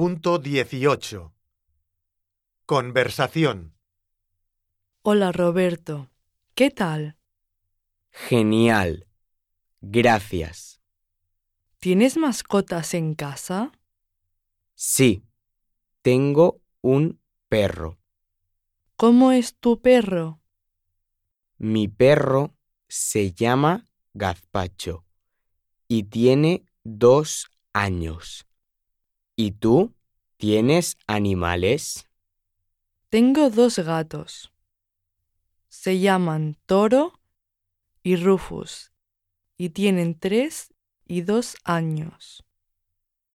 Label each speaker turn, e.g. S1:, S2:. S1: 2.18 Conversación
S2: Hola Roberto, ¿qué tal?
S3: Genial. Gracias.
S2: ¿Tienes mascotas en casa?
S3: Sí. Tengo un perro.
S2: ¿Cómo es tu perro?
S3: Mi perro se llama Gazpacho y tiene dos años. ¿Y tú? ¿Tienes animales?
S2: Tengo dos gatos. Se llaman Toro y Rufus y tienen tres y dos años.